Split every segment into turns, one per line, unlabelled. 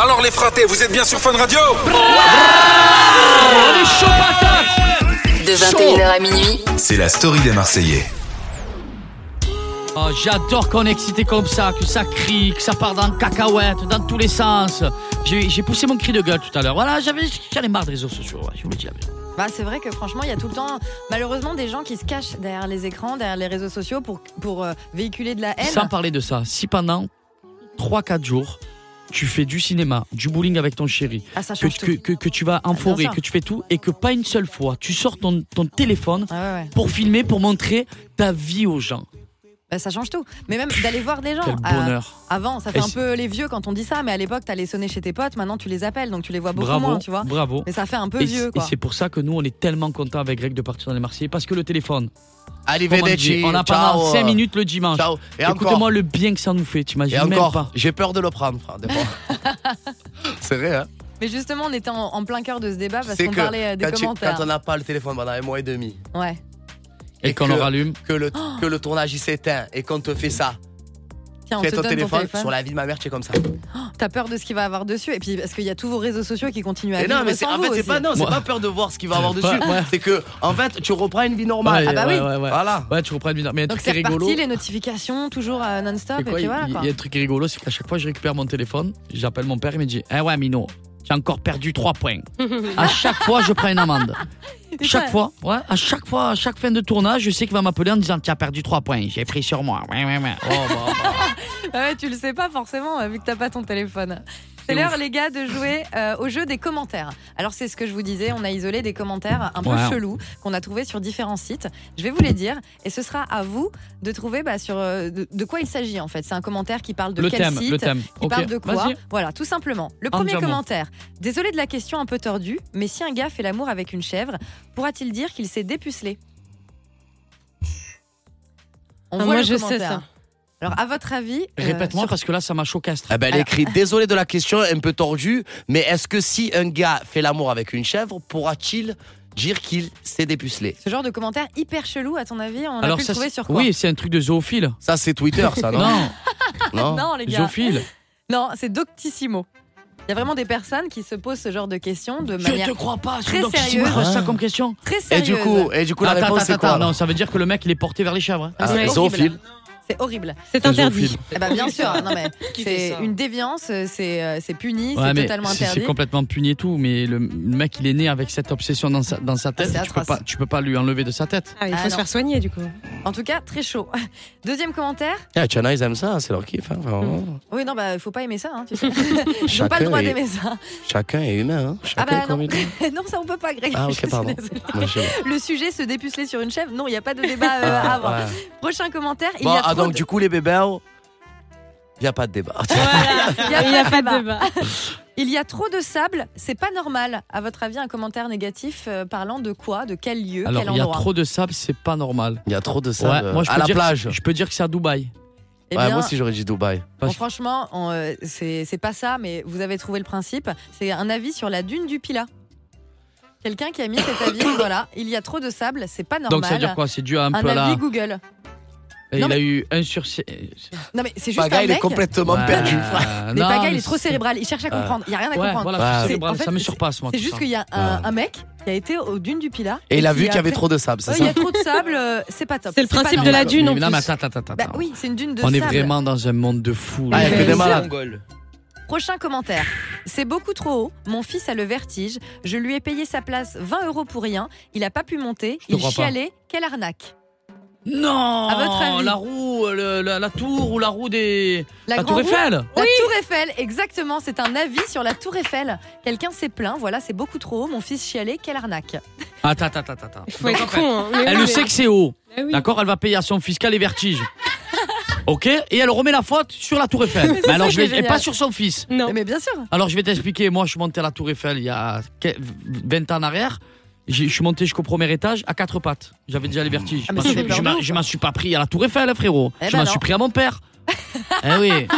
Alors les fratés, vous êtes bien sur Fun Radio
On est chaud patate
De 21h à minuit,
C'est la story des Marseillais.
Oh, J'adore qu'on est excité comme ça, que ça crie, que ça part dans cacahuète, dans tous les sens. J'ai j'ai poussé mon cri de gueule tout à l'heure. Voilà, j'avais- j'en ai marre des réseaux sociaux, ouais, je vous le dis. la vérité.
Bah, c'est vrai que franchement, il y a tout le temps, malheureusement, des gens qui se cachent derrière les écrans, derrière les réseaux sociaux pour, pour euh, véhiculer de la haine.
Sans parler de ça, si pendant 3-4 jours, tu fais du cinéma, du bowling avec ton chéri,
Ah, ça
que,
change
que,
tout.
que, que tu vas en
Ah, bien
forêt,
sûr.
que tu fais tout, et que pas une seule fois, tu sors ton, ton téléphone
Ah ouais, ouais.
pour filmer, pour montrer ta vie aux gens.
Bah, ça change tout. Mais même d'aller voir des gens.
Quel
Ah,
bonheur.
avant, ça fait
Et
un
si-
peu les vieux quand on dit ça, mais à l'époque, t'allais sonner chez tes potes, maintenant tu les appelles, donc tu les vois beaucoup
bravo,
moins, tu vois.
bravo.
Mais ça fait un peu
Et
vieux,
c'est- et
quoi.
c'est pour ça que nous, on est tellement contents avec Greg de partir dans les Marseillais, parce que le téléphone,
Allez,
Comment on dit,
Vedeci,
On a pendant
ciao,
5
euh,
minutes le dimanche.
Ciao. Et encore,
Écoute-moi le bien que ça nous fait,
et
t'imagines même
encore
pas.
j'ai peur de le prendre. hein, des fois. C'est vrai, hein
Mais justement, on était en, en plein cœur de ce débat Ah, parce
C'est
qu'on
que
parlait euh, des
quand, tu-
commentaires.
quand on n'a pas le téléphone pendant un mois et demi,
Ouais.
Et,
Et
qu'on
que-
le rallume,
que le,
Oh.
que le tournage il s'éteint et qu'on te fait ça,
Tiens, on
tu
te
as ton
donne ton
téléphone,
téléphone. Bah,
sur la vie de ma mère, tu es comme ça.
T'as peur de ce qu'il va avoir dessus, et puis parce qu'il y a tous vos réseaux sociaux qui continuent à
Et
vivre
non, mais c'est-
sans
en
vous
fait, c'est
aussi.
pas, non, c'est
Moi-
pas peur de voir ce qu'il va avoir
Ouais,
dessus.
ouais.
C'est que, en fait, tu reprends une vie normale.
Ouais,
Ah bah
ouais,
oui.
ouais, ouais.
Voilà.
Ouais, tu reprends une vidéo. Mais un
Donc
truc qui
c'est
est rigolo.
reparti, les notifications, toujours euh, non-stop,
c'est
et
quoi,
puis
il,
voilà,
il-
quoi.
il y a un truc qui est rigolo, c'est qu'à chaque fois je récupère mon téléphone, j'appelle mon père, il me dit Eh ouais, Mino, j'ai encore perdu 3 points. à chaque fois, je prends une amende. Chaque
Ouais.
fois, ouais, à chaque fois, à chaque fin de tournage, je sais qu'il va m'appeler en disant Tu as perdu 3 points, j'ai pris sur moi. Ouais, ouais, ouais. Oh, bah, bah.
Ah ouais, tu le sais pas forcément euh, vu que t'as pas ton téléphone. C'est
C'est
l'heure, les gars, de jouer euh, au jeu des commentaires. Alors, c'est ce que je vous disais, on a isolé des commentaires un peu
Ouais.
chelous qu'on a trouvés sur différents sites. Je vais vous les dire et ce sera à vous de trouver bah, sur, euh, de, de quoi il s'agit en fait. C'est un commentaire qui parle de
le
quel
thème,
site,
le thème.
qui
Ok,
parle de quoi.
vas-y.
Voilà, tout simplement. Le premier
Entièrement.
commentaire. Désolé de la question un peu tordue, mais si un gars fait l'amour avec une chèvre, pourra-t-il dire qu'il s'est dépucelé On
Ah,
voit
moi,
le
je sais
commentaire.
ça.
Alors, à votre avis, euh, Ah,
Répète-moi parce que là, ça m'a choqué. à ce
Eh ben, elle
Alors-
écrit Désolé de la question, un peu tordue, mais est-ce que si un gars fait l'amour avec une chèvre, pourra-t-il dire qu'il s'est dépucelé
Ce genre de commentaire hyper chelou, à ton avis, on a pu
ça,
le trouver
c'est-
sur quoi
Oui, c'est un truc de zoophile.
Ça, c'est Twitter, ça, Ah non
non.
Non.
Non, les gars.
zoophile.
Non, c'est Doctissimo. Il y a vraiment des personnes qui se posent ce genre de questions de
Je
manière
te crois pas,
très
donc si tu
sérieuse.
poses ça comme question.
très
Et
sérieuse.
du coup, et du coup la
Attends,
réponse,
attends,
c'est quoi
attends, non, ça veut dire que le mec il est porté vers les chèvres. hein.
Ah,
C'est horrible.
zoophile.
C'est horrible.
C'est interdit.
Eh ben, bien sûr, non, mais
Qui fait
c'est
ça
une déviance, euh, c'est euh, c'est puni,
Ouais,
c'est
mais
totalement
c'est-
interdit.
C'est complètement puni et tout, mais le, le mec il est né avec cette obsession dans sa, dans sa tête.
Ah, c'est
tu, peux
atroce.
pas, tu peux pas lui enlever de sa tête.
Ah, il faut
Ah,
se
non.
faire soigner du coup.
En tout cas, très chaud. Deuxième commentaire.
Ah, Chana, ils aiment ça, c'est leur kiff. hein, vraiment.
Oui, non, bah, faut pas aimer ça, hein, tu sais. Ils ont
Chacun
pas le droit
est-
d'aimer ça.
Chacun est humain. Hein. Chacun
bah,
est comme
non.
il est.
non, ça, on peut pas, Greg.
Ah,
Je
ok,
suis
pardon.
désolée.
Moi, je-
Le sujet, se dépuceler sur une chèvre. Non, il n'y a pas de débat euh,
Ah,
à avoir.
ouais.
Prochain commentaire. il y
Bon,
a
ah,
trop
donc,
de-
du coup, les bébés, il n'y a pas de débat.
il y
Il n'y a pas de
débat.
débat.
Il y a trop de sable, c'est pas normal. À votre avis, un commentaire négatif euh, parlant de quoi, de quel lieu,
Alors
quel
il y a
endroit
trop de sable, c'est pas normal.
Il y a trop de
Ouais,
ça euh,
moi je
à
peux
la
dire-
plage.
Je peux dire que c'est à Dubaï.
Eh
Ouais,
bien,
moi aussi, j'aurais dit Dubaï.
bon, franchement, on, euh, c'est c'est pas ça, mais vous avez trouvé le principe. C'est un avis sur la dune du Pila. Quelqu'un qui a mis cet avis, voilà, il y a trop de sable, c'est pas normal.
Donc ça veut dire quoi C'est dû à un,
un
peu à
avis
la.
Google.
Et
Non,
il a
mais-
eu un sur. c'est-
Non mais c'est juste
Paga,
un
il
mec.
est complètement
Ouais,
perdu.
euh,
mais
non,
Paga, il
mais
est trop
c'est-
cérébrale, il cherche à
Ouais.
comprendre, il y a rien à
Ouais,
comprendre.
voilà,
Ouais.
je suis
C'est-
cérébral,
en fait,
ça me surpasse moi.
C'est
tout
juste
ça.
qu'il y a un, un mec qui a été aux dunes du Pila
Et il a vu
qui
qu'il y avait
fait-
trop de sable, c'est
Ouais, Oh, Il y
ça
a trop de sable, euh, c'est pas top.
C'est le
pas
principe de
normal.
la dune en
Mais Non, mais
plus.
attends, attends, attends.
Bah
attends.
oui, c'est une dune de
On est
sable.
vraiment dans un monde de fous.
Ah, il y a que
Ouais,
des
c'est
malades.
Prochain commentaire. C'est beaucoup trop haut. Mon fils a le vertige. Je lui ai payé sa place 20 euros pour rien. Il a pas pu monter.
Je te
Il
crois pas.
chialait. Quelle arnaque.
Non
À votre avis
La roue, euh, le- la, la tour ou la roue des. La,
grande
tour Eiffel
La tour Eiffel, exactement. C'est un avis sur la tour Eiffel. Quelqu'un s'est plaint. Voilà, c'est beaucoup trop haut. Mon fils chialait. Quelle arnaque.
Attends, attends, attends, attends.
Il faut
Donc,
être
en fait,
con. hein. Mais
Elle
oui,
le
mais-
sait que c'est haut,
Ah oui.
d'accord Elle va payer à son fiscal les vertiges. Ok Et elle remet la faute sur la tour Eiffel. Mais alors,
ça
je
qui est
l'ai- et
génial.
pas sur son fils.
Non.
Mais bien sûr.
Alors, je vais t'expliquer. Moi, je suis monté à la tour Eiffel il y a que- 20 ans en arrière. J'ai- Je suis monté jusqu'au premier étage à quatre pattes. J'avais déjà les vertiges.
Ah,
Je
mais
m'en
ça
suis-
fait peur
je
de
m'en-
ouf.
je m'en suis pas pris à la tour Eiffel, hein, frérot.
Eh
je
ben
m'en
non.
suis pris à mon père. Eh oui.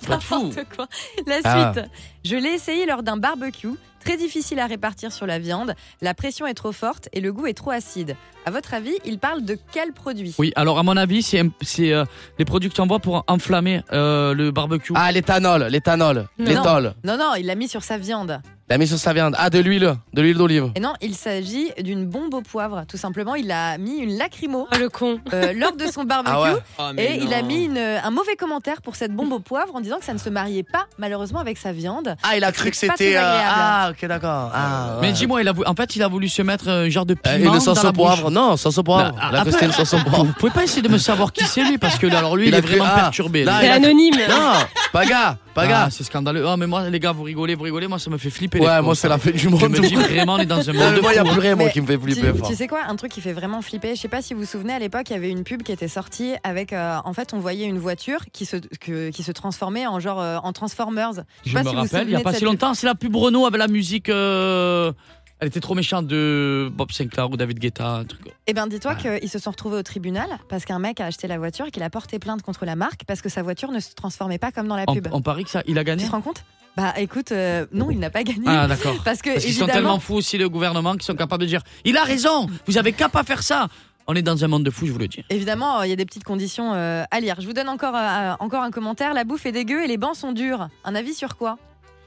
C'est pas de fou.
N'importe quoi. La suite.
Ah.
Je l'ai essayé lors d'un barbecue. Très difficile à répartir sur la viande. La pression est trop forte et le goût est trop acide. À votre avis, il parle de quel produit
Oui, alors à mon avis, c'est un- c'est, euh, les produits que tu envoies pour enflammer euh, le barbecue.
Ah, l'éthanol, l'éthanol,
Non.
l'éthol.
Non, non, il l'a mis sur sa viande.
La mise sur sa viande. Ah, de l'huile, de l'huile d'olive.
Et non, il s'agit d'une bombe au poivre. Tout simplement, il a mis une lacrymo
Ah, le con.
euh, lors de son barbecue.
Ah ouais.
Et il a mis une- euh, un mauvais commentaire pour cette bombe au poivre en disant que ça ne se mariait pas malheureusement avec sa viande.
Ah, il a cru que
C'est pas
c'était.
très agréable.
ah, ok, d'accord. Ah, ouais.
Euh, Mais dis-moi, il a vou- en fait, il a voulu se mettre euh, un genre de
Euh,
piment
une
dans
sauce
la
au
bouche.
poivre. Non, sauce au poivre.
Bah,
il
après-
a cru que c'était une sauce au
Vous
poivre.
pouvez pas essayer de me savoir qui c'est lui parce que là, alors lui, il,
Il a
est
cru-
vraiment
ah,
perturbé.
là,
lui.
C'est
il a-
anonyme.
Non, pas gars, pas gars.
Ah, c'est scandaleux. Ah, mais moi, les gars, vous rigolez, vous rigolez. Moi, ça me fait flipper. les
Ouais,
cons,
moi, c'est
ça.
la fête du
Je
monde.
me dis vraiment, on est dans un
Non,
monde
mais
de
moi, il y a
fous.
plus rien, moi,
Mais
qui me fait
Tu,
flipper. fort.
tu sais quoi, un truc qui fait vraiment flipper, je sais pas si vous vous souvenez, à l'époque, il y avait une pub qui était sortie avec, euh, en fait, on voyait une voiture qui se, que- qui se transformait en genre euh, en Transformers.
Je
sais pas
me
si vous
rappelle,
vous
il y a
souvenez
pas
de
si
cette
longtemps, c'est la pub Renault avec la musique. euh, Elle était trop méchante de Bob Sinclair ou David Guetta, un truc.
Eh ben, dis-toi
Ah.
qu'ils se sont retrouvés au tribunal parce qu'un mec a acheté la voiture et qu'il a porté plainte contre la marque parce que sa voiture ne se transformait pas comme dans la
On,
pub.
on parie que ça, il a
Tu
gagné.
te rends compte Bah écoute, euh, non, il n'a pas gagné.
Ah d'accord.
Parce que
Parce qu'ils sont
évidemment,
tellement fous aussi le gouvernement qu'ils sont capables de dire il a raison, vous avez qu'à pas faire ça. On est dans un monde de fous, je vous le dis.
Évidemment, euh, il y a des petites conditions euh, à lire. Je vous donne encore, euh, encore un commentaire. La bouffe est dégueu et les bancs sont durs. Un avis sur quoi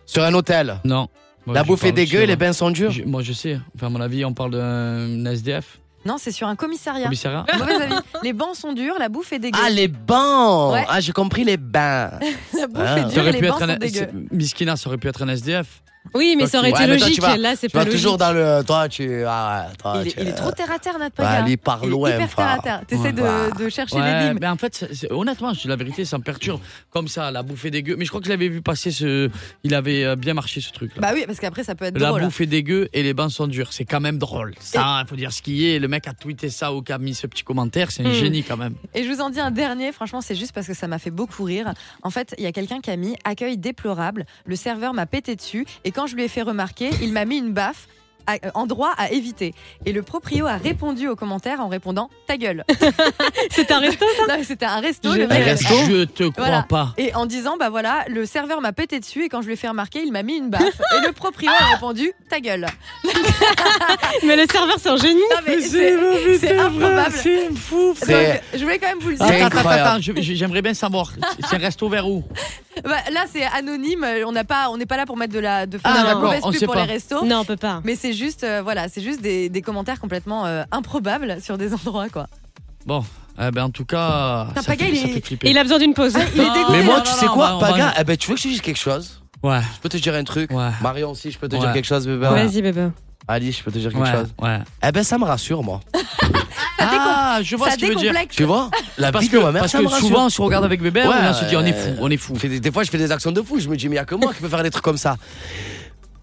Sur un hôtel.
Non. Moi,
La
je
bouffe est
parle-
dégueu,
je-
les bains sont durs.
je- Moi je sais. Enfin à mon avis, on parle d'un SDF,
Non, c'est sur un commissariat.
commissariat.
Mauvais avis. Les bancs sont durs, la bouffe est dégueu.
Ah, les bancs
Ouais.
Ah, j'ai compris, les bains.
la bouffe
Ah.
est
Ça
dure et
aurait
les
pu
bancs
être
sont
un
dégueux.
Miskina, ça aurait pu être un SDF.
Oui, mais ça aurait
Ouais,
été
mais toi, tu
logique.
vas-
Là, c'est
Tu vas
pas logique.
toujours dans le... Toi, tu... Ah ouais, toi,
Il, est-
tu-
il est trop terre à terre, notre
Ouais,
gars.
il parle
Il est
loin,
hyper terre à
Bah, frère.
terre. T'essaies
Ouais, bah.
de, de chercher les
Ouais,
limes.
mais en fait, c'est- c'est- honnêtement, je dis la vérité, ça me perturbe. Comme ça, la bouffe est dégueu. Mais je crois que je l'avais vu passer ce. Il avait euh, bien marché ce truc-là.
Bah oui, parce qu'après, ça peut être
la
drôle.
bouffe est dégueu et les bains sont durs. C'est quand même drôle. Ça, il faut dire ce qui est. Le mec a tweeté ça ou qui a mis ce petit commentaire. C'est un
Hmm.
génie quand même.
Et je vous en dis un dernier, franchement, c'est juste parce que ça m'a fait beaucoup rire. En fait, il y a quelqu'un qui a mis accueil déplorable, le serveur m'a pété dessus, et quand je lui ai fait remarquer, il m'a mis une baffe. à- euh, endroit à éviter. Et le proprio a répondu aux commentaires en répondant ta gueule.
C'est un resto.
Non, mais C'était un resto.
Je-
le mec-
Un
resto
Je te crois
Voilà.
pas.
Et en disant bah voilà, le serveur m'a pété dessus et quand je lui ai fait remarquer, il m'a mis une baffe. Et le proprio a répondu ta gueule.
Mais le serveur, c'est un génie.
Non, mais c'est c'est improbable.
fou.
Donc,
C'est-
je voulais quand même vous le dire.
Attends, attends,
incroyable.
attends, je- je- j'aimerais bien savoir. C'est un resto vers où
Bah, là, c'est anonyme. euh, On n'a pas, on n'est pas là pour mettre de la, de faire
Ah,
de la
d'accord,
mauvaise
on
pub
sait
pour
pas.
les restos.
Non, on peut pas.
Mais c'est juste, euh, voilà, c'est juste des, des commentaires complètement euh, improbables sur des endroits, quoi.
Bon, eh ben, en tout cas,
Putain,
ça
Paga,
fait,
il
ça
est-
fait flipper.
Il a besoin d'une pause.
Il est dégoûté.
Mais moi,
Non,
tu
non,
sais
non,
quoi,
on va- on
Paga
va-
Eh ben, tu veux que je te dise quelque chose
Ouais,
Je peux te dire un truc
ouais.
Marion aussi, je peux te
Ouais.
dire quelque chose, bébé
Vas-y, bébé.
Ali, je peux te dire quelque
Ouais,
chose
ouais.
Eh ben, ça me rassure, moi.
Ah, je vois
ça
ce qu'il veut dire.
décomplexe.
Tu vois La
Parce
vie de
que,
ma mère,
parce
ça
que
me rassure.
souvent, on se regarde avec bébé,
Ouais,
et on se dit on est fou,
euh,
on est fou.
Je fais des, des fois, je fais des actions de fou. Je me dis, mais il y a que moi qui peux faire des trucs comme ça.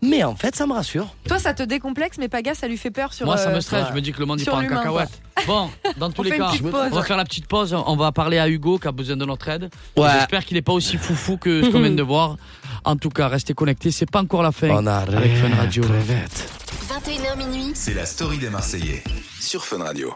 Mais en fait, ça me rassure.
Toi, ça te décomplexe, mais Paga, ça lui fait peur sur.
Moi, ça
euh,
me stresse.
ouais.
Je me dis que le monde est
sur
pas en
l'humain,
cacahuète. Bon, dans tous
On
les
fait une
cas,
petite pause.
on va faire la petite pause. On va parler à Hugo qui a besoin de notre aide. J'espère qu'il n'est pas aussi foufou que ce qu'on vient de voir. En tout cas, restez connectés. C'est pas encore la fin.
On a
Avec Fun Radio.
21h minuit.
C'est la story des Marseillais sur Fun Radio.